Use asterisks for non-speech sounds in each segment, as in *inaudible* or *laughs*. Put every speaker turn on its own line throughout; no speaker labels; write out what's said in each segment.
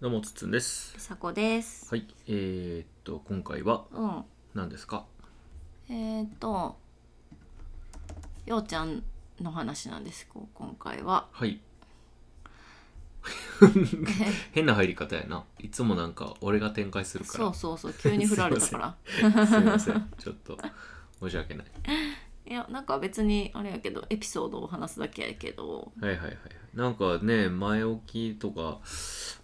どうもつっつんです。
さこです。
はい、えー、っと今回は
うん。
何ですか。
えっ、ー、と、ようちゃんの話なんです。こう今回は。
はい。 *laughs* 変な入り方やな。いつもなんか俺が展開するか
そ
ら。
うそうそう。急に振られた
すい
か
すいません。ちょっと申し訳ない。
ら。いやなんか別にあれやけどエピソードを話すだけやけど。
はいはいはい。なんかね前置きとか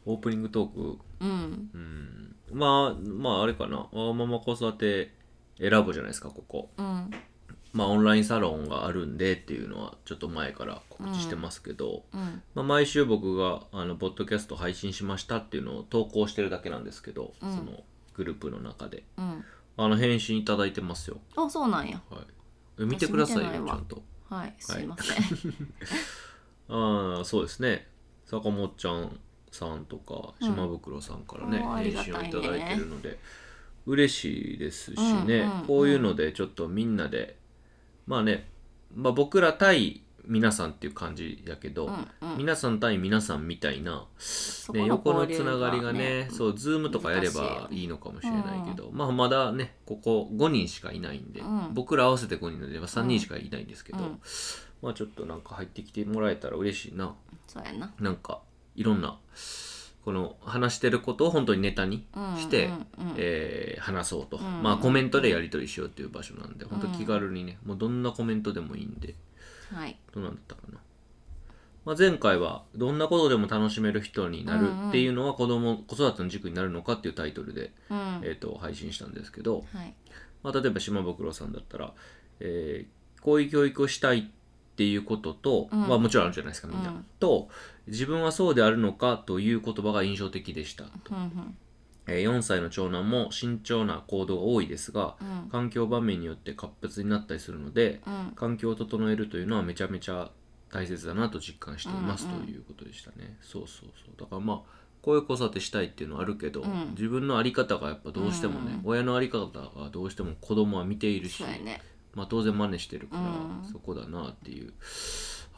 オープニングトーク、
うん。
うん、まあまああれかな。わがまま子育て選ぶじゃないですかここ。
うん。
まあオンラインサロンがあるんでっていうのはちょっと前から告知してますけど。
うん。
まあ、毎週僕があのポッドキャスト配信しましたっていうのを投稿してるだけなんですけど、
うん
そのグループの中で
うん。
あの返信いただいてますよ、
あそうなんや。
はい、え見てくださいよ
私見てない
ち
わ
ゃんと
はい。すいません。
ああそうですね坂本ちゃんさんとか
うん
島袋さんからね、
おーありが
返
た
信
いね
をいただいてるので、嬉しいですしね、
うんうんうん
こういうのでちょっとみんなでまあね、まあ、僕ら対皆さんっていう感じやけど、
うんうん。
皆さん対皆さんみたいな
そこ
ね、横のつながり
交流
がね、そう、ズームとかやれ
難しい
ば
よね
いいのかもしれないけど、まあ、まだね、ここ5人しかいないんで、
うん
僕ら合わせて5人なので、まあ、3人しかいないんですけど、
うん
まあ、ちょっとなんか入ってきてもらえたら嬉しいな。
そうやな。
なんか、いろんな、この話してることを本当にネタに
うん
して、
うんうん
えー話そうと、
うん
まあコメントでやり取りしようっていう場所なんで本当気軽にね、もうどんなコメントでもいいんで
はい。
どうなんだったかな、まあ、前回は「どんなことでも楽しめる人になる」っていうのは子供子育ての軸になるのかっていうタイトルで、
うん。は
えー、と配信したんですけど、
い。
まあ、例えば島袋さんだったら、えーこういう教育をしたいっていうことと、
うん
まあもちろんあるじゃないですかみんな、
うん
と自分はそうであるのかという言葉が印象的でした、
うんうん
えー4歳の長男も慎重な行動が多いですが
うん
環境場面によって活発になったりするので、
うん。
環境を整えるというのはめちゃめちゃ大切だなと実感しています
うんうん
ということでしたね、そうそうそうだからまあこういう子育てしたいっていうのはあるけど、
うん
自分の在り方がやっぱどうしてもね、
う
親の在り方がどうしても子供は見ているし、
そうやね。
まあ、当然真似してるから、
うん
そこだなっていう、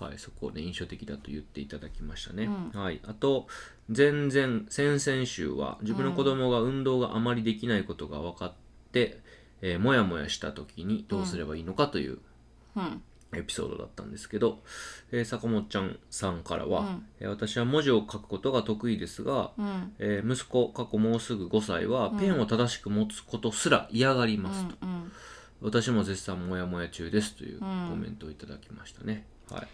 はい、そこをね印象的だと言っていただきましたね、
う
はい、あと前々先々週は自分の子供が運動があまりできないことが分かって、えー、もやもやした時にどうすればいいのかという
うん。
エピソードだったんですけど、えー坂本ちゃんさんからは、
うん
えー私は文字を書くことが得意ですが、
うん。
えー息子過去もうすぐ5歳は
うん
ペンを正しく持つことすら嫌がり
う
ますと、
んうん。
私も絶賛モヤモヤ中ですというコ
うん
メントをいただきましたね、はい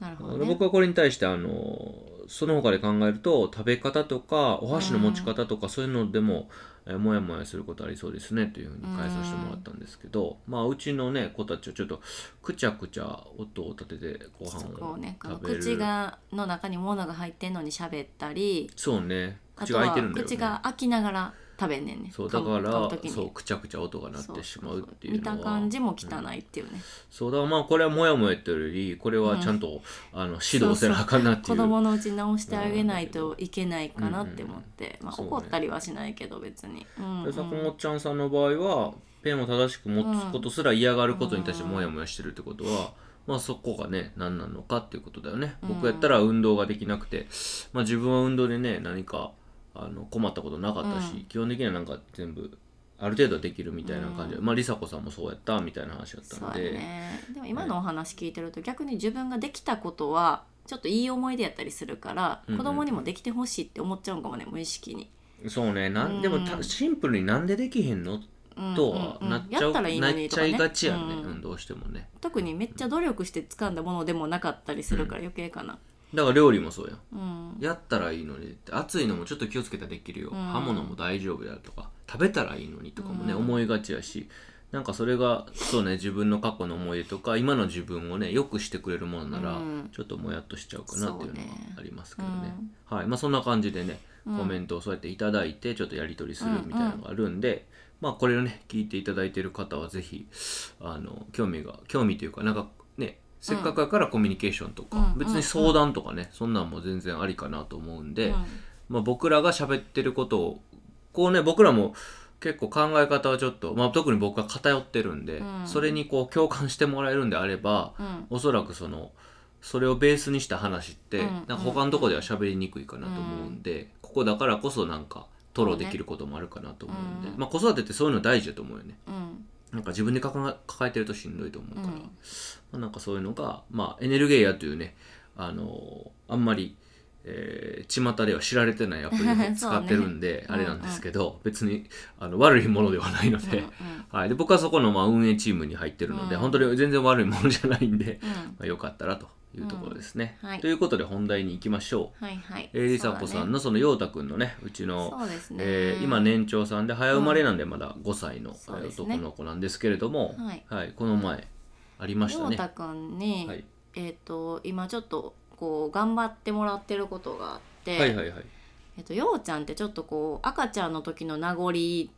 なる
あ
ほど
の
ね。
僕はこれに対してあのーその他で考えると食べ方とかお箸の持ち方とかそういうのでも、えー、もやもやすることありそうですねというふうに返させてもらったんですけど、まあうちのね子たちはちょっとくちゃくちゃ音を立ててご飯
そこ
を
をねこの
食べる
口がの中に物が入ってんのに喋ったり
そうね
あ
口
と
が開
は
いてるんだよ、ね、
口が開きながら食べんねんね
そうだ
噛む
か
噛む
ら
時に
そうくちゃくちゃ音が鳴ってしまうっていう
見
のは
た感じも汚いっていうね、
そうだからまあこれはもやもやってるよりこれはちゃんと、あの指導せなあかんなってい
子
う
供のうち直してあげないといけないかなって思って、
ん
まあ、
そうね
怒ったりはしないけど別に、うんう
で
ん、
坂本ちゃんさんの場合はペンを正しく持つことすら嫌がることに対してモヤモヤしてるってことは、まあ、そこがね何なのかっていうことだよね、僕やったら運動ができなくて、まあ、自分は運動でね何かあの困ったことなかったし、
うん
基本的にはなんか全部ある程度はできるみたいな感じで、まあ梨紗子さんもそうやったみたいな話だった
そ
ん
う
で
やねでも今のお話聞いてると逆に自分ができたことはちょっといい思い出やったりするから、
うんうん
子供にもできてほしいって思っちゃうんかもね無意識に、
そうねなん、でもたシンプルになんでできへんの
うん
とは
うんうん
なっちゃう、
やったらいいの
なっ
にと
ち
か
ゃ
ね
いがちやね、
うん
うん、どうしてもね
特にめっちゃ努力して掴んだものでもなかったりするから余計かな
だから料理もそうやん
うん
やったらいいのにって熱いのもちょっと気をつけたらできるよ、
うん
刃物も大丈夫やとか食べたらいいのにとかもね、
うん
思いがちやしなんかそれがそうね自分の過去の思い出とか今の自分をねよくしてくれるものなら、
うん
ちょっともやっとしちゃうかなっていうのは
そうね
ありますけどねはいまあそんな感じでね
うん
コメントをそうやっていただいてちょっとやり取りするみたいなのがあるんで、まあこれをね聞いていただいてる方はぜひあの興味が興味というかなんかねせっかくやからコミュニケーションとか、
うん
別に相談とかね、そんなんも全然ありかなと思うんで、
うん
まあ、僕らが喋ってることをこうね僕らも結構考え方はちょっと、まあ、特に僕は偏ってるんで、
うん
それにこう共感してもらえるんであれば
うん
おそらくそのそれをベースにした話って、
うん
なんか他のとこでは喋りにくいかなと思うんで、こ子だからこそなんか吐露できることもあるかなと思うんで、
うん
まあ、子育てってそういうの大事だと思うよね
うん
なんか自分で抱え抱えてるとしんどいと思うから、
うん
まあ、なんかそういうのが、まあ、エネルゲイヤというね、あのーあんまり、えー、巷では知られてないアプリ
*laughs* そう
を
ね
使ってるんで、
うん
あれなんですけど、別にあの悪いものではないの
うんう
で,、
ん
はい、で僕はそこの、まあ、運営チームに入ってるので、
うん
本当に全然悪いものじゃないんで、
うん
まあ、よかったらというところですね。
うんはい
ということで本題に行きましょ
はいは
*laughs*。
いう
えー、りさこさんのその陽太くんのねうちの
そうですね
えー今年長さんで早生まれなんでまだ5歳のえ
そう
ー
ですね
男の子なんですけれども、
はい
この前ありまし
よ
た
う
ね。
たくんに、
はい、
えっ、と今ちょっとこう頑張ってもらってることがあって、
はいはいはい。
えっとようちゃんってちょっとこう赤ちゃんの時の名残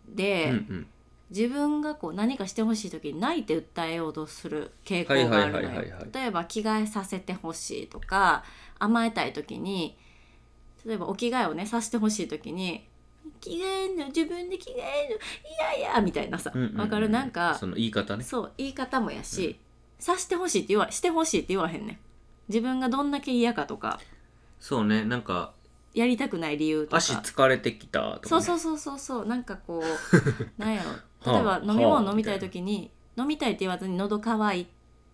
で、
うんうん。
自分がこう何かしてほしい時に泣いて訴えようとする傾向があるの
はいはいはいはい
よ
はい
例えば着替えさせてほしいとか甘えたい時に例えばお着替えをねさせてほしい時に「着替えんの自分で着替えんのいやいや」みたいなさわ、
うんうんうん
かるなんか
その言い方ね。
そう言い方もやし、さしてほしいって言わしてほしいって言わへんねん自分がどんだけ嫌かとか
そうね、なんか
やりたくない理由とか
足疲れてきたとか、ね。
そうそうそうそうそうなんかこ
*laughs*
うなんやろ例えば飲み
はあ
物飲みたい時に飲みたいって言わずに喉乾い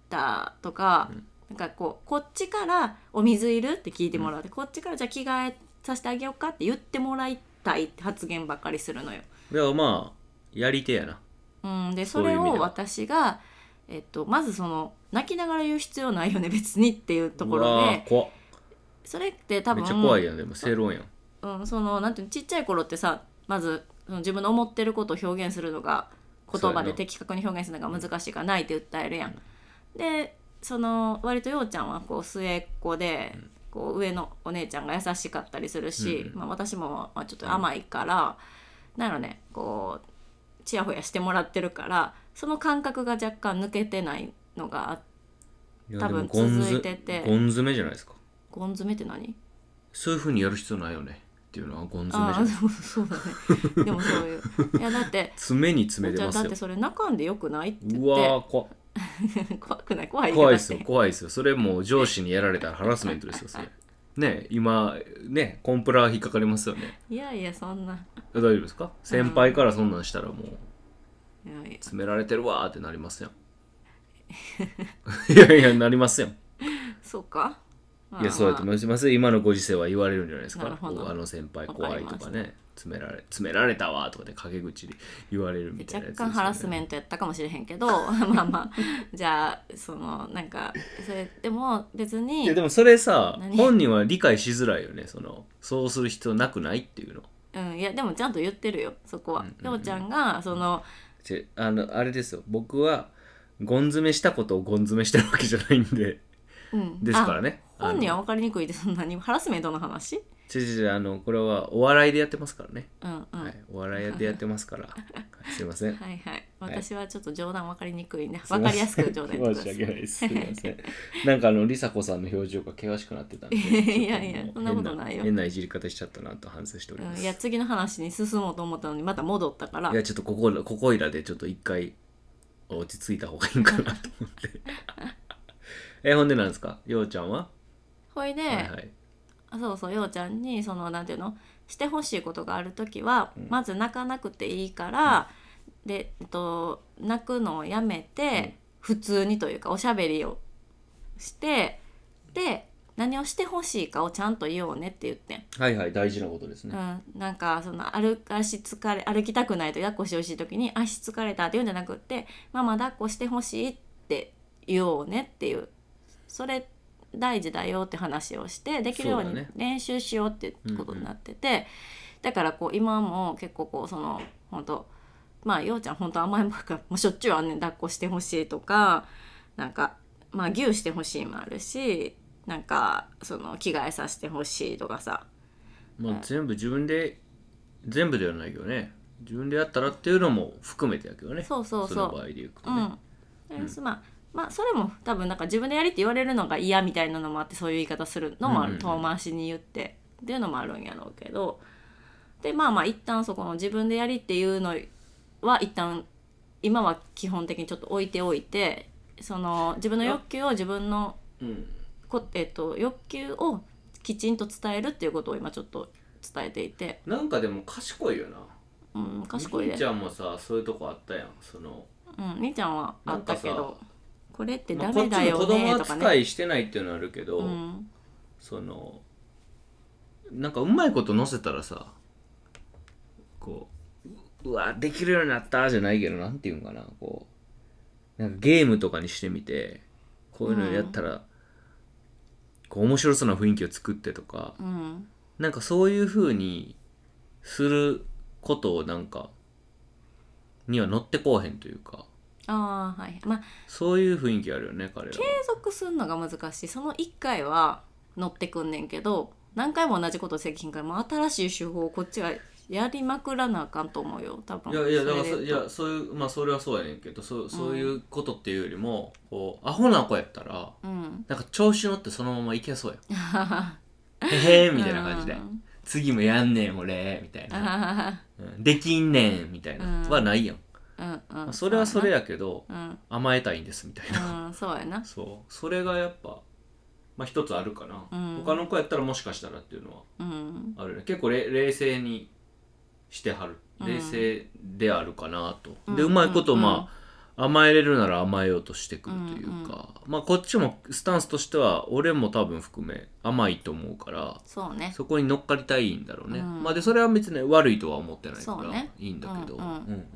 たとか、
うん
なんかこうこっちから「お水いる?」って聞いてもらって、こっちから「じゃあ着替えさせてあげようか」って言ってもらいたいって発言ばっかりするのよ。
ではまあやり手やな。
うん、で
そ
そう
いう
れ
意味で
を
は
私が、えっと、まずその泣きながら言う必要ないよね別にっていうとこ
う
ろ
わー
で
怖っ
それって多
め
分
っちゃ怖いやんでも正論やん。
うん、そのなんていうのちっちゃい頃ってさまずその自分の思ってることを表現するのが言葉
そうや
で
な
的確に表現するのが難しいから泣いて訴えるやん。でその割とようちゃんはこう末っ子で、こう上のお姉ちゃんが優しかったりするし、
うん
まあ、私もまあちょっと甘いから、なんやろねこうちやほやしてもらってるからその感覚が若干抜けてないのがあ
いや
多分
でもゴンズ
続いてて
ゴン詰めじゃないですか。
ゴン詰めって何
そういう風にやる必要ないよねっていうのはゴン詰め
あ
じ
あ
ゃ
で
ない。
もそうだねでもそういういやだって
爪に詰
お
め
ち
てま
ゃんだ
す
っ
よ
て。それ泣かんでよくないって言っ
う
て
わー怖っ
*laughs* 怖くない怖いよ
怖いですよ
だって
怖いですよそれもう上司にやられたらハラスメントですよそれね今ねコンプラ引っかかりますよね
いやいやそんな
大丈夫ですか先輩からそんなんしたらもう
いやいや
詰められてるわーってなり
*laughs*
ますやんいやいやなりますやん
そうかまあ
いやそうやと
ま
思います今のご時世は言われるんじゃないですか
なるほど
おあの先輩怖いと
わ
か
か
ね詰められ詰められたわーとかで陰口で言われるみ
あ
たいなやつで
若
すよ
干
ね
ハラスメントやったかもしれへんけ
*laughs*
どまあまあじゃあそのなんかそれでも別
い
に
やでもそれさ
何
本人は理解しづらいよねそのそうする必要なくないっていうの
うん、いやでもちゃんと言ってるよそこは、
うんうんうん
ようちゃんがその
ちあのあれですよ僕はゴン詰めしたことをゴン詰めしてるわけじゃないんで
うん
ですからね
あ本人
あ
は
の
分かりにくいってそんなに *laughs* ハラスメントの話
ちょちょちょあのこれはお笑いでやってますからね、
うんうん、は、
はいい、お笑いでやってます
*laughs*
から、はいすいません
はい
い
私はちょっと冗談分かりにくいね
すいません
分かりやすく冗談言ってくだ
*laughs* 申
さ
し
い
訳ないですすいませんなんかあの梨紗子さんの表情が険しくなってたんで
*laughs* いやいや
ちょっ
そんなことない
変
よ
変ないじり方しちゃったなと反省しており
う
ま
ん、
す、
いや次の話に進もうと思ったのにまた戻ったから
いやちょっとここらここいらでちょっと一回落ち着いた方がいいんかなと思って
*laughs*
えほんでなんですかようちゃんは、
ほいで、
はいはい
あそうそうようちゃんにそのなんていうのしてほしいことがある時は、
うん
まず泣かなくていいから、で、えっと、泣くのをやめて、普通にというかおしゃべりをしてで何をしてほしいかをちゃんと言おうねって言ってん
はいはい大事なことですね、
うん、なんかその歩足疲れ歩きたくないと抱っこしてほしい時に「足疲れた」って言うんじゃなくって「ママ抱っこしてほしい」って言おうねっていうそれ大事だよって話をしてできるよう
そうだ
に
ね
練習しようってことになっててだ,、からこう今も結構こうその本当まあようちゃん本当甘えんばっかもうしょっちゅうあんねん抱っこしてほしいとかなんかまあ牛してほしいもあるしなんかその着替えさせてほしいとかさ
まあ、全部自分で全部ではないけどね自分でやったらっていうのも含めてやけどね
そうそうそう
の場合でいくとね、
うん、でまあまあそれも多分なんか自分でやりって言われるのが嫌みたいなのもあってそういう言い方するのもある、
うんうんうん
遠回しに言ってっていうのもあるんやろうけどでまあまあ一旦そこの自分でやりっていうのは一旦今は基本的にちょっと置いておいてその自分の欲求を自分の
うん
こ、えっと、欲求をきちんと伝えるっていうことを今ちょっと伝えていて、
なんかでも賢いよな
うん、賢い
みき
で
ちゃんもさそういうとこあったやんその、
うん、みーちゃんはあったけ
なん
どこれって
まあ
ダ
こ
メ
っ
だ
ちも子
よね
供
とか
扱
ね、
いしてないっていうのはあるけど、
うん、
そのなんかうまいこと載せたらさこうううわできるようになったじゃないけどなんていうんかなこうなんかゲームとかにしてみてこういうのやったら、こう面白そうな雰囲気を作ってとか
うん、
なんかそういう風にすることをなんかには乗ってこうへんというか
ああはいまあ
そういう雰囲気あるよね彼らは
継続すんのが難しいその1回は乗ってくんねんけど何回も同じことできひんからもう新しい手法をこっちがやりまくらなあかんと思うよ多分
いやいやだから
それ
そ
で
いやそういうまあそれはそうやねんけどそうそういうことっていうよりも、こうアホな子やったら
うん
なんか調子乗ってそのままいけそうや
*laughs*
んへへーみたいな感じで
うん
次もやんねん俺みたいな、
あ
うんできんねんみたいな、
うん
はないやん、
ーうんうん
それはそれやけど
うん
甘えたいんですみたいな、
うんそうやな
そうそれがやっぱまあ一つあるかな、
うん
他の子やったらもしかしたらっていうのは
うん
あるね結構れ冷静にしてはる
うん
冷静であるかなと、
うん
でうまいこと
うん
まあ、甘えれるなら甘えようとしてくるというか、まあこっちもスタンスとしては俺も多分含め甘いと思うから
そうね
そこに乗っかりたいんだろうね、
うん
まあでそれは別に悪いとは思ってないか
そう
ら
ね
いいんだけど
うんうん
うんうんうん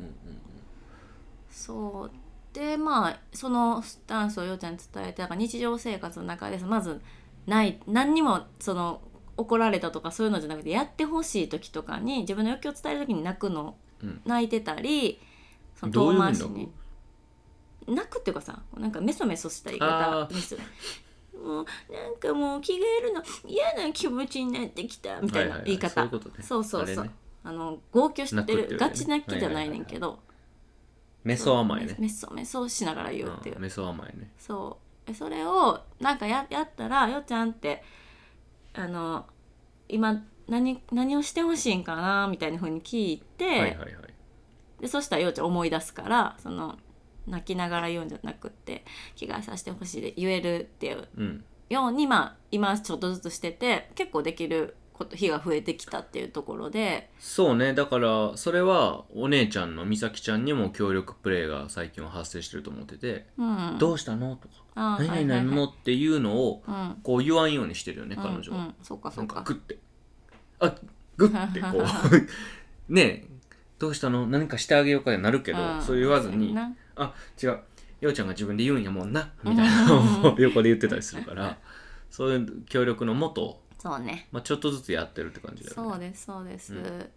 そうでまあそのスタンスをようちゃんに伝えてだから日常生活の中ですまずない何にもその怒られたとかそういうのじゃなくてやってほしい時とかに自分の欲求を伝える時に泣くの、
うん
泣いてたりその
どうい
遠
う意
回
味
し
なの
に泣くっていうかさなんかメソメソした言い
あー
方メソもうなんかもう着替えるの嫌な気持ちになってきたみたい
はいはいは
ない言い方、
そういうことね
そうそうそう
あれね
あの号泣して
泣くってい
る
うね
ガチ泣きじゃないねんけど、
メソ甘いね
メソメソしながら言うっていう、
うんメソ甘いね
そうえそれをなんかややったらよちゃんってあの今何何をしてほしいんかなみたいな風に聞いて、
はいはいはい
でそしたらよちゃん思い出すからその泣きながら言うんじゃなくって着替えさせてほしいで言えるっていう
うん
ようにまあ今ちょっとずつしてて結構できること日が増えてきたっていうところで
そうねだからそれはお姉ちゃんの美咲ちゃんにも協力プレイが最近は発生してると思ってて
う
「
ん
どうしたの?」とか「
あー
何々
はい
何
はい
々
はい
の?」っていうのを
うん
こう言わんようにしてるよね彼女
うんう
は。
ん、そうかそ
な
うん
か
か
グッてあグッてこ
*laughs*
うねえどうしたの何かしてあげようかになるけど、
うん
そう言わずに
そうやな
「あ違うようちゃんが自分で言うんやもんな」 *laughs* みたいなのを横で言ってたりするからそういう協力のもと、
そうね
まあ、ちょっとずつやってるって感じだよね。
そうですそうです、
うん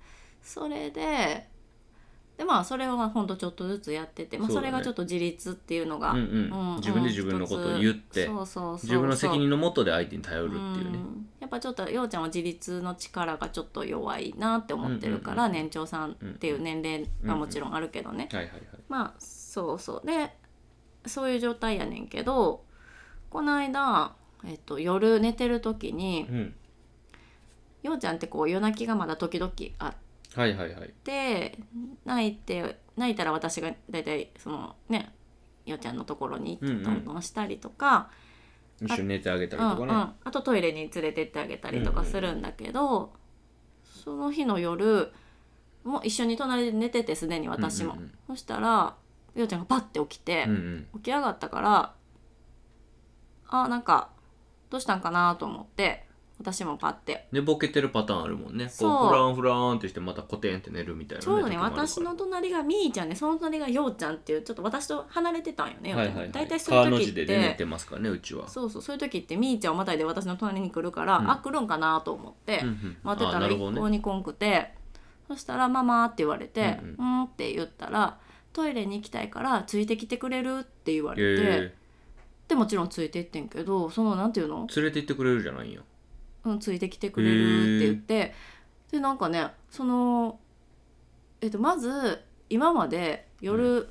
それででまあそれはほんとちょっとずつやってて、まあ、
そうだ
そ
ね
れがちょっと自立っていうのが
うんうん自分で自分のことを言って
一つそうそうそう
自分の責任のもとで相手に頼るっていうね、
んやっぱちょっとようちゃんは自立の力がちょっと弱いなって思ってるから、
うんうんうん
年長さんっていう年齢はもちろんあるけどね、
はいはいはい
まあそうそうでそういう状態やねんけどこの間、えっと、夜寝てる時に
うん
ようちゃんってこう夜泣きがまだ時々あって。
はいはいはい
で泣いて泣いたら私が大体そのねよちゃんのところに
うんうん
行ってトントンしたりとか、
一緒に寝てあげた
うん
りと
う
か
ん
ね、
あとトイレに連れてってあげたりとかするんだけど、その日の夜も一緒に隣で寝ててすでに私も、
うんうんうん
そしたらよちゃんがパッて起きて、
うんうん
起き上がったからあなんかどうしたんかなと思って私もパッて
寝ぼけてるパターンあるもんねこ
そうう
フランフランってしてまたコテンって寝るみたいな
ちょうどね
時もあるから
私の隣がみーちゃんでその隣がようちゃんっていうちょっと私と離れてたんよねよう
は
ち
い
ゃ
はいは
ん
い
大体そういう
川の
時
字
って
でね寝てますからねうちは
そうそうそういう時ってみーちゃんをまたいで私の隣に来るから、
うん
あ来るんかなと思って、
うんうん
待ってた
あな
ら
る
一
ほ
向
どね
にこんくて、そしたら「ママ」って言われて
うん
「うん」って言ったら「トイレに行きたいからついてきてくれる?」って言われて、
え
でもちろんついて行ってんけどそのなんていうの
ー、連れて行ってくれるじゃないよ
うん、ついてきてくれるって言って、でなんかねその、えっと、まず今まで夜、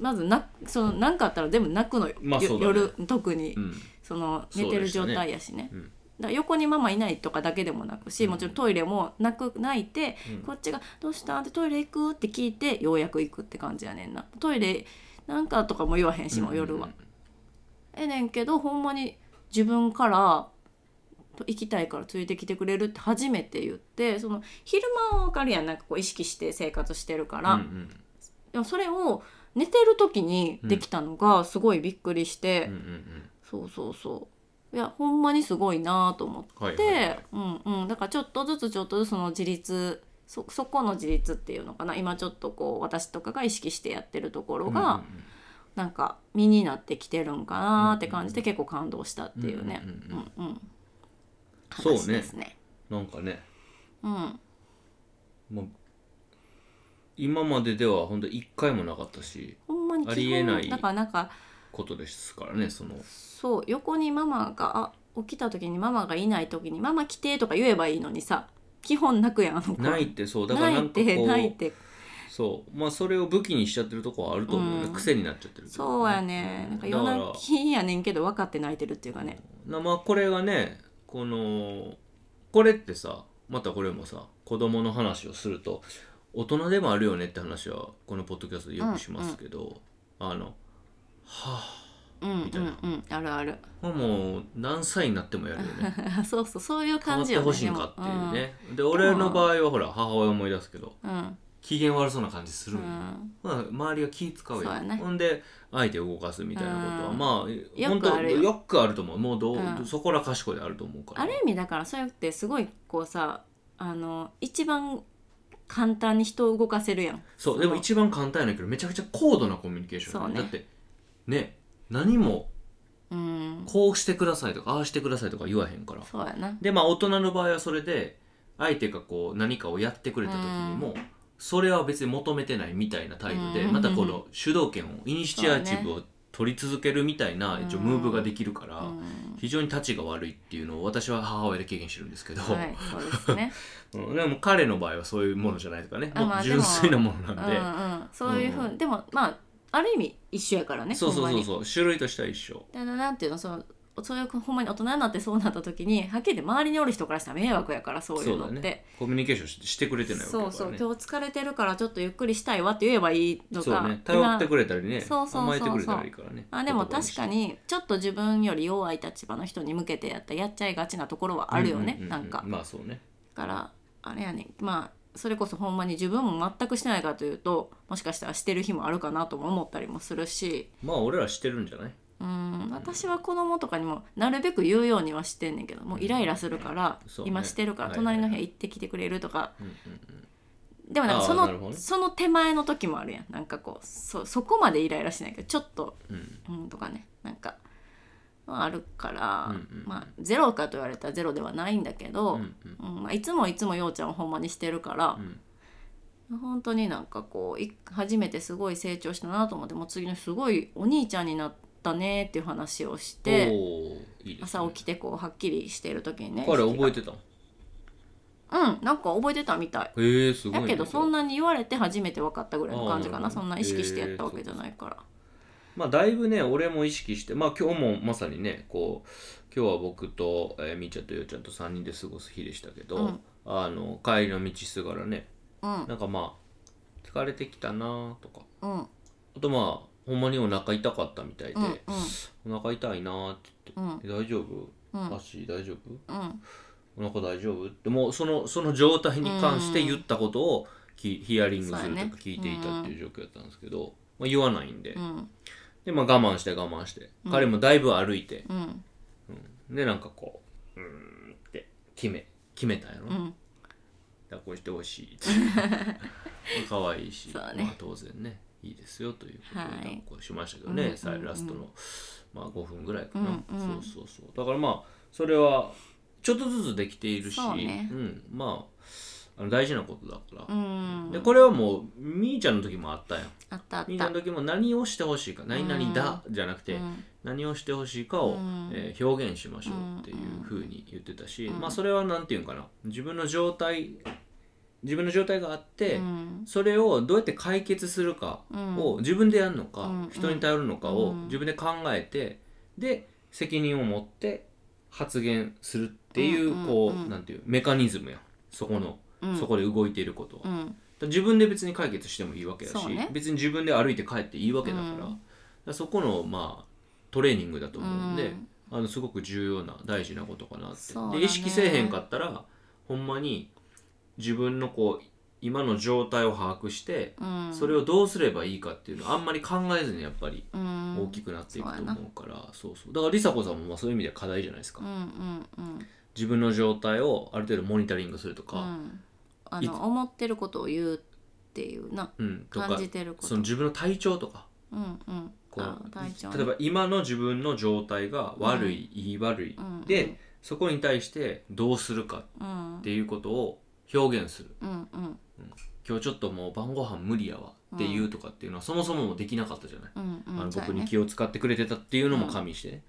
まずなその何かあったら全部泣くのよ、
まあ
よ
そうだね
夜特に、
うん
その
そうで
寝てる
した
状
ね
態やしね。
うん
だから横にママいないとかだけでもなくし、
うん
もちろんトイレも泣く泣いて、
うん
こっちが「どうした?」って「トイレ行く?」って聞いてようやく行くって感じやねんなトイレなんかとかも言わへんしもう夜は、ええねんけどほんまに自分からと行きたいから連れてきてくれるって初めて言ってその昼間は分かるやんなんかこう意識して生活してるから、
うん
でもそれを寝てる時にできたのがすごいびっくりして、
うんうんうん
そうそうそういやほんまにすごいなと思って。
うんはいはいは
で
い、
うんうん、だからちょっとずつちょっとずつその自立そそこの自立っていうのかな今ちょっとこう私とかが意識してやってるところが、なんか身になってきてるんかなって感じで
うん
結構感動したっていうね
うんうん
う
うんうん
んうん
そうね
話ですね
なんかね
うん
もう今まででは本当一回もなかったし
ほんまに基本
ありえない
だからなんか
ことですからねその
そう横にママがあ起きた時にママがいない時に「ママ来て」とか言えばいいのにさ基本泣くやんあの子
ないってそうだからなん
泣い
かこ
て泣いうて
そうまあそれを武器にしちゃってるとこはあると思う、ね
うん
癖になっちゃってるといか
そうやねなんか
だ
夜
から
泣きやねんけど分かって泣いてるっていうかね
なまあこれがねこのこれってさまたこれもさ子供の話をすると大人でもあるよねって話はこのポッドキャストでよくしますけど、あのは
うんうん
みたいな
うんあるある *laughs*
あもう何歳になってもやるよね
そうそうそうい
変
う
わ
感
っ
じ
て
よね
ほしいんかっていうねで俺の場合はほら母親思い出すけど
でもうん
機嫌悪そうな感じす
う
るんよ、
ん
まあ、周りが気使う
そう
や
や
ん、
ね
ほんで相手を動かすみたいなことは、
うん
まあ
よくあるよ
本当よくあると思うもうどう、
うん
そこら賢いであると思うから
ある意味だからそうやってすごいこうさあの一番簡単に人を動かせるやん
そう
の
でも一番簡単やねんけどめちゃくちゃ高度なコミュニケーションやねだ
そう
っ
ね
てね何も
うん
こうしてくださいとかああしてくださいとか言わへんから
そうやな
でまあ大人の場合はそれで相手がこう何かをやってくれた時にも、それは別に求めてないみたいな態度で、
うん
またこの主導権をイニシアチブを取り続けるみたいな、
うん
一応ムーブができるから、
うん
非常に立ちが悪いっていうのを私は母親で経験してるんですけど、
はいそうですね
うんでも彼の場合はそういうものじゃないとかね、
あ
も
ま
う
あ
純粋なもの
うん
*laughs* なんで、
うんそういうふう
う
にでもまあある意味一緒やからね
そうそ
ほ
うんそ
ま
う
に
そう種類としては一緒
だからなんていうのそのそういうほんまに大人になってそうなった時にはっきり言って周りにおる人からしたら迷惑やからそういうのっ
だ
て、
ねコミュニケーションししてくれてないわけだ
そ
から
う
ね
そう今日疲れてるからちょっとゆっくりしたいわって言えばいいの
そう
か、
ね頼ってくれたりね
そうそうそう
甘えてくれたらいいからね
あでも確かにちょっと自分より弱い立場の人に向けてやったらやっちゃいがちなところはあるよね、
ううう
なんか
まあそうね
だからあれやねまあそれこそほんまに自分も全くしてないかというともしかしたらしてる日もあるかなとも思ったりもするし
まあ俺らしてるんじゃない
うん私は子供とかにもなるべく言うようにはしてんねんけどもうイライラするから、
そうね
今してるから
はいはいはい
隣の部屋行ってきてくれるとか、
うんうん
でもなんか
あー
そ
なるほど
の、
ね
その手前の時もあるやんなんかこうそそこまでイライラしないけどちょっと
うんうん
うんとかねなんか、まあ、あるから、
うんうんうん
まあゼロかと言われたらゼロではないんだけど、
う
うん
んうん
まあ、いつもいつもようちゃんをほんまにしてるから
う、ん
本当になんかこうい初めてすごい成長したなと思ってもう次の日すごいお兄ちゃんになったねっていう話をして
おーいいですね
朝起きてこうはっきりしてる時にね
彼覚え
て
てたの
うんなんか覚えてたみたい。
へえすごい
だ
ね
けどそんなに言われて初めて分かったぐらいの感じか
あ
な
ー
そんな意識してやったわけじゃないから、
まあだいぶね俺も意識してまあ今日もまさにねこう今日は僕と、えーみーちゃんとようちゃんと3人で過ごす日でしたけど、
うん
あの帰りの道すがらね
うん
なんかまあ疲れてきたなとか
うん
あとまあほんまにお腹痛かったみたいで、
うん
お腹痛いなーって言
うん
って、大丈夫
うん
足大丈夫
うん
お腹大丈夫ってもうそのその状態に関して言ったことをきヒアリングすると
そう
か
やね
聞いていたっていう状況だったんですけど、まあ、言わないんで、
うん
でまあ我慢して我慢して、彼もだいぶ歩いて
うん
でなんかこううーんって決め決めたんやろ、だか
ん
らこうしてほし
*laughs*
いって可愛いし、
そうね
まあ、当然ねいいですよということで
はい
抱っこしましたけどね、
うんうん
さラストの、まあ、5分ぐらいかな、
うんうん
そうそうそうだからまあそれはちょっとずつできているし
そうね
ん、まああの大事なことだから、
うん
でこれはもうみーちゃんの時もあったやん
あったあっ
みーちゃ
た
んの時も何をしてほしいか何々だじゃなくて、
うん
何をしてほしいかを、
うん
えー表現しましょうっていうふうに言ってたし、まあそれは何て言うんかな自分の状態自分の状態があって、
うん
それをどうやって解決するかを自分でやるのか、
うん
人に頼るのかを
うん
自分で考えてで責任を持って発言するっていう、
うん
こ
うん
うなんていうメカニズムやんそこの、
うん
そこで動いていることは。
う
だか
ん
ら自分で別に解決してもいいわけだし、
そうね
別に自分で歩いて帰っていいわけだから,、
うん
そこのまあトレーニングだと
う
思うんで、
ん
あのすごく重要な大事なことかなって、
そうだね
で意識せえへんかったらほんまに自分のこう今の状態を把握して、
うん、
それをどうすればいいかっていうのをあんまり考えずにやっぱり
うん、
大きくなっていくと思うから、そうそうだから梨紗子さんもまあそういう意味では課題じゃないですか、
うんうんうん
自分の状態をある程度モニタリングすると
う
か、
ん、あ
いつ
の思ってることを言うっていうな
うんと
感
か
じてること
その自分の体調とか
うんうん
こ
あ
う
体調ね
例えば今の自分の状態が悪い、いい悪い、
うんうん
でそこに対してどうするか
うん
っていうことを表現する
うんうん
今日ちょっともう晩ご飯無理やわっていうとかっていうのはそもそもできなかったじゃない、
うんうん
あの
そう
僕
やね
に気を使ってくれてたっていうのも加味してね、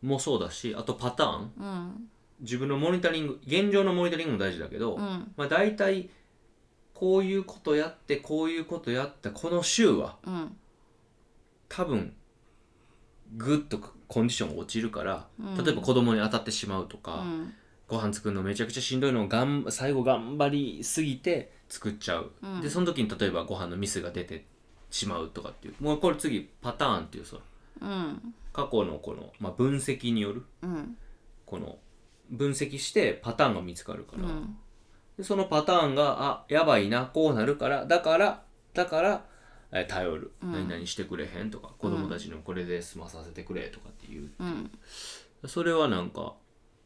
もうそうだしあとパターン
うん
自分のモニタリング現状のモニタリングも大事だけど、
うん
まあ、大体こういうことやってこういうことやったこの週は
うん
多分グッとコンディションが落ちるから、
うん
例えば子供に当たってしまうとか、
うん
ご飯作るのめちゃくちゃしんどいのをがん最後頑張りすぎて作っちゃう、
うん
でその時に例えばご飯のミスが出てしまうとかっていうもうこれ次パターンっていうさ
うん
過去のこの、まあ、分析による
うん
この分析してパターンが見つかるから、
うん
でそのパターンがあやばいなこうなるからだからだから、えー頼る、何々してくれへんとか子供たちにもこれで済まさせてくれとかっていう、
うん
それはなんか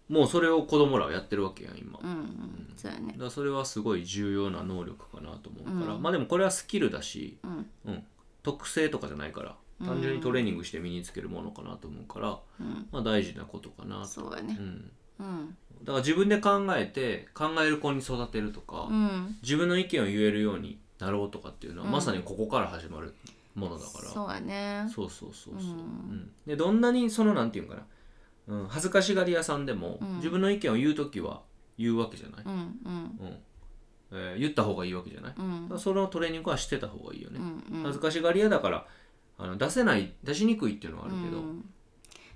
もうそれを子供らはやってるわけやん今、
う
だか
んそうやね
らそれはすごい重要な能力かなと思うから、
うん
まあでもこれはスキルだし、
うん
うん特性とかじゃないから単純にトレーニングして身につけるものかなと思うから、
うん
まあ大事なことかなと、
そうや
う
ね
ん、
うん
だから自分で考えて考える子に育てるとか、
うん
自分の意見を言えるようになろうとかっていうのは、
うん
まさにここから始まるものだから
そうやね
そうそうそうそう、
うん
うんでどんなにそのなんていうんかな、うん、恥ずかしがり屋さんでも、
うん
自分の意見を言う時は言うわけじゃない、
うんう
う
ん
んえー言った方がいいわけじゃない、だ
う
から
ん
そのトレーニングはしてた方がいいよね、
うん
恥ずかしがり屋だからあの出せない出しにくいっていうのはあ
う
るけど、
ん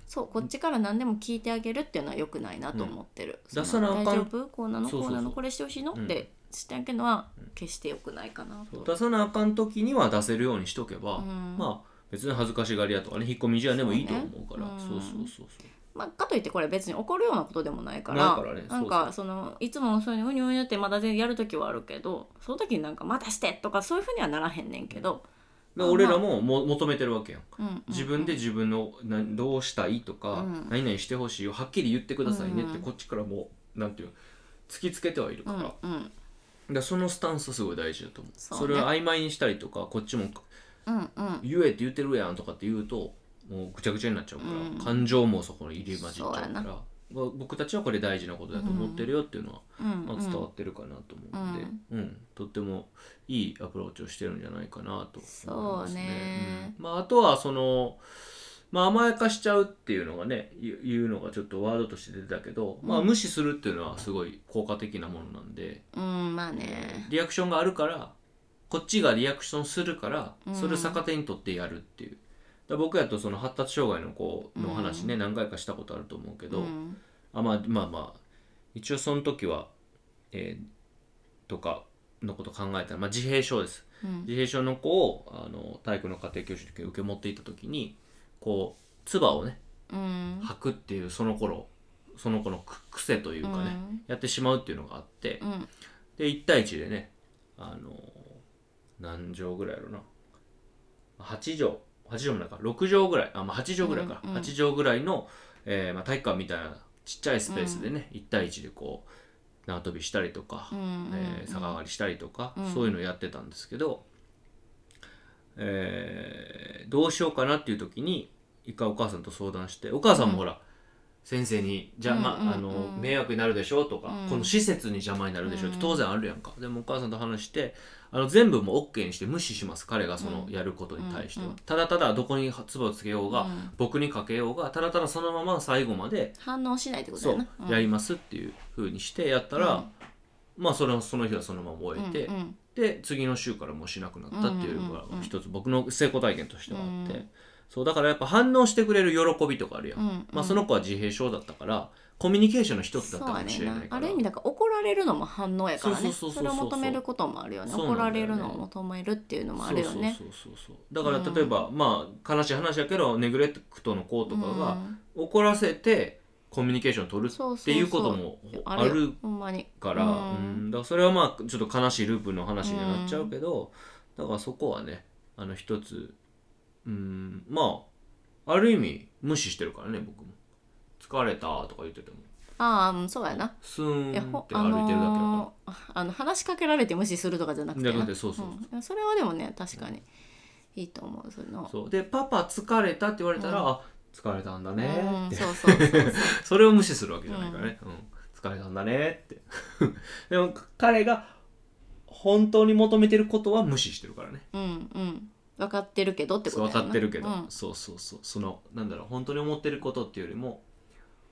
そうこっちから何でも聞いてあげるっていうのは良くないなと思ってる、
うん
その
出さなあかん
大丈夫こうなの
そうそう
こ
そう
うなのこれしてほしいの、
うん
ってしてあげるのは決して良くないかなと
そう出さなあかん時には出せるようにしとけば、
うん
まあ別に恥ずかしがり屋とかね引っ込み思案でもいいと思うから
そうね
そ
うん
うそうそうそう
まあ、かといってこれ別に怒るようなことでもないか
な
ら
いからね
なんかそのいつもそういうふうにうにうにってまだ全然やる時はあるけどその時になんか「またして!」とかそういうふうにはならへんねんけど、
だから俺らもも求めてるわけやん
うんうんうん
自分で自分のなどうしたいとか、
うん
何々してほしいよはっきり言ってくださいねって
うん
こっちからもうなんていうの突きつけてはいる
う
から,、
んうん
そのスタンスすごい大事だと思うそ
そうね
れを曖昧にしたりとかこっちも
うんうん
言えって言ってるやんとかって言うともうぐちゃぐちゃになっちゃうから、
うん
感情もそこに入り混じっちゃうか
そう
ら
やな
まあ僕たちはこれ大事なことだと思ってるよっていうのは、
うん
まあ、伝わってるかなと思うんで、うんとってもいいアプローチをしてるんじゃないかなと思いますね。
そうね
うんまあ、あとはその、まあ、甘やかしちゃうっていうのがねいういうのがちょっとワードとして出てたけど、まあ、無視するっていうのはすごい効果的なものなんで、
うんまあね
リアクションがあるからこっちがリアクションするから
うん
それを逆手に取ってやるっていう。だから僕やとその発達障害の子の話ね、何回かしたことあると思うけど、
うん
あまあまあまあ一応その時は、えーとかのこと考えたら、まあ、自閉症です
うん
自閉症の子をあの体育の家庭教師の時に受け持っていた時にこう唾をね
うん
吐くっていうその頃その子のく癖というかね、
うん
やってしまうっていうのがあって
うん
で1対1でねあの何畳ぐらいやろな8畳8畳もないか6畳ぐらいあ、まあ、8畳ぐらいか、
うんうん
8畳ぐらいの、えーまあ、体育館みたいなちっちゃいスペースでね、1対1でこう縄跳びしたりとか、
うん
えー逆上がりしたりとか、
うん
そういうのやってたんですけど、えーどうしようかなっていう時に一回お母さんと相談してお母さんもほら、先生にじゃあ、まああ
うんうん
の
うん
迷惑になるでしょうとか、
うん
この施設に邪魔になるでしょうって当然あるやんか、でもお母さんと話してあの全部もう OK にして無視します彼がその
うん
やることに対しては、
うんうん
ただただどこに唾をつけようが、
うん
僕にかけようがただただそのまま最後まで
反応しないってこと
そ
や
う
な、
やりますっていう風にしてやったら、まあそれはその日はそのまま終えて、
うんうん
で次の週からもうしなくなったっていうのが
うんうんうん
一つ僕の成功体験としてはあって、
うん
そうだからやっぱ反応してくれる喜びとかあるやん、
うんうん
まあ、その子は自閉症だったからコミュニケーションの一つだ
そ
ったか
うや
も
ね
し
ん
れ
な
ないか
あ
ら
る意味だから怒られるのも反応やから
そ
ね
うそう
そ
そうそうそう
れを求めることもあるよね
そうな
怒
んだよ
ら
ね
れるのを求めるっていうのもあるよね
そうそうそうそうだから例えば、まあ悲しい話やけどネグレクトの子とかが怒らせてコミュニケーションを取る
そうそうそう
っていうことも
うん
ある
ほんまに
から
う
うん
ん
だからそれはまあちょっと悲しいループの話になっちゃうけど、だからそこはねあの一つうんまあある意味無視してるからね僕も疲れたとか言ってても
ああうんそうやな
スーンっ
い
て
や
歩い
ほ
てるだけだか
あのーあの話しかけられて無視するとかじゃなくて
じゃな
な
くてそうそう
うんそれはでもね確かにいいと思うその
らそうで「パパ疲れた」って言われたら「
うん
あ疲れたんだね」
う
っ
ん
て
そうそうそうそう
それを無視するわけじゃないからね、うん疲れたんだねって *laughs* でも彼が本当に求めてることは無視してるからね
うんうん分かってるけどってこと
そう
や
分かってるけど、
うん
そうそうそうそのなんだろう本当に思ってることっていうよりも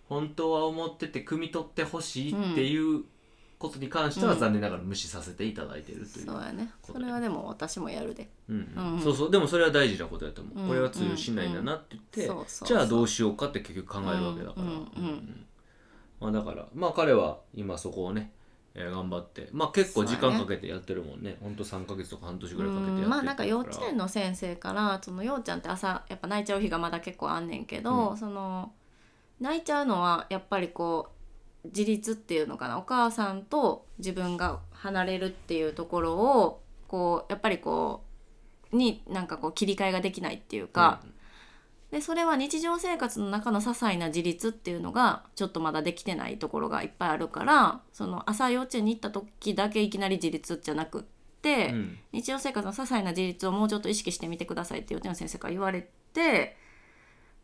本当は思ってて汲み取ってほしいっていうことに関しては
うん
残念ながら無視させていただいてるという、
そうやね
こと
そ
で
れはでも私もやるで
うんうん
うん
そうそうでもそれは大事なことだと思う、
うん
これは通用しないんだなって言って、
うんそうそうそう
じゃあどうしようかって結局考えるわけだから、
うんうんうん
まあ、だからまあ彼は今そこをね、えー頑張ってまあ結構時間かけてやってるもんねほんと3ヶ月とか半年ぐらいかけてやって
う
る
んまあなんか幼稚園
の
の先生からそのようちゃんって朝やっぱ泣いちゃう日がまだ結構あんねんけど、
うん
その泣いちゃうのはやっぱりこう自立っていうのかなお母さんと自分が離れるっていうところをこうやっぱりこうになんかこう切り替えができないっていうか、でそれは日常生活の中の些細な自立っていうのがちょっとまだできてないところがいっぱいあるからその朝幼稚園に行った時だけいきなり自立じゃなくって。
うん
日常生活の些細な自立をもうちょっと意識してみてくださいって幼稚園の先生から言われて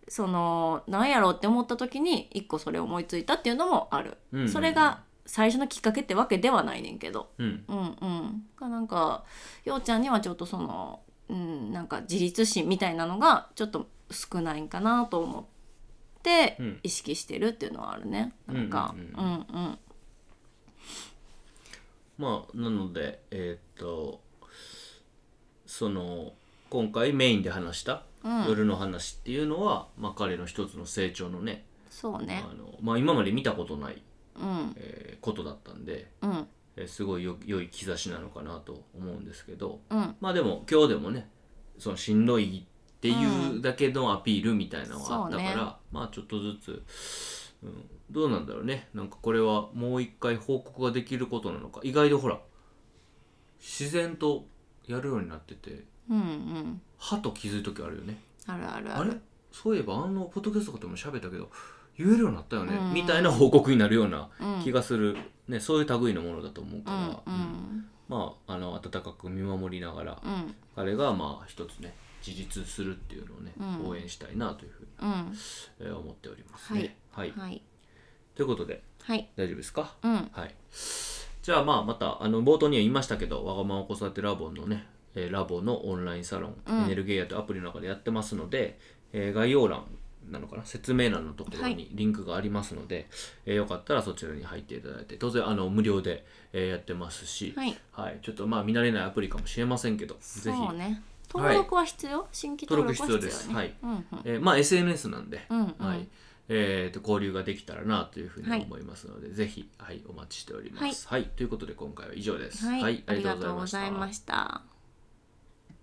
そのなんやろうって思った時に一個それを思いついたっていうのもある、
うんうん
それが最初のきっかけってわけではないねんけど
うん
うんうんがなんかようちゃんにはちょっとその、うん、なんか自立心みたいなのがちょっと少ないんかなと思って
うん
意識してるっていうのはあるねなんか
う
うんん
う
うん
まあなのでえーっとその今回メインで話した
うん
夜の話っていうのは、まあ、彼の一つの成長のね
そうね
あの、まあ、今まで見たことない、
うん
えーことだったんで、
うん
えーすごいよ良い兆しなのかなと思うんですけど
うん
まあでも今日でもねそのしんどいっていうだけのアピールみたいなのがあったから、
そう
まあちょっとずつ、うん、どうなんだろうねなんかこれはもう一回報告ができることなのか意外とほら自然とやるようになってて
うんうん
はと気づいた時あるよね
あるある
あ
ある
れそういえばあのポッドキャストとかでも喋ったけど言えるようになったよね、
うん
みたいな報告になるような
うん
気がする、ね、そういう類のものだと思う
う
から、
んう
うん
ん
まああの温かく見守りながら
うん
彼がまあ一つね自立するっていうのをね、
うん
応援したいなというふうに、
うん
えー思っておりますね。はい、
はい
ということで
はい
大丈夫ですか
うん
はい。じゃあまあまたあの冒頭には言いましたけどわがまま子育てラボのね、えーラボのオンラインサロン、
うん
エネルゲイヤというアプリの中でやってますので、えー概要欄なのかな説明欄のところ
は
にリンクがありますので、えーよかったらそちらに入っていただいて当然あの無料で、えーやってますし、
はい
はい、ちょっとまあ見慣れないアプリかもしれませんけどぜひ
そうね登録は必要新規登録は必要
登録必要ですはい
ねうんうん
えーまあ SNS なんで、
うんうん
はいえーと交流ができたらなというふうに
はい
思いますので、ぜひ、はい、お待ちしております、はいということで今回は以上です。
はいありがとうございま
し
した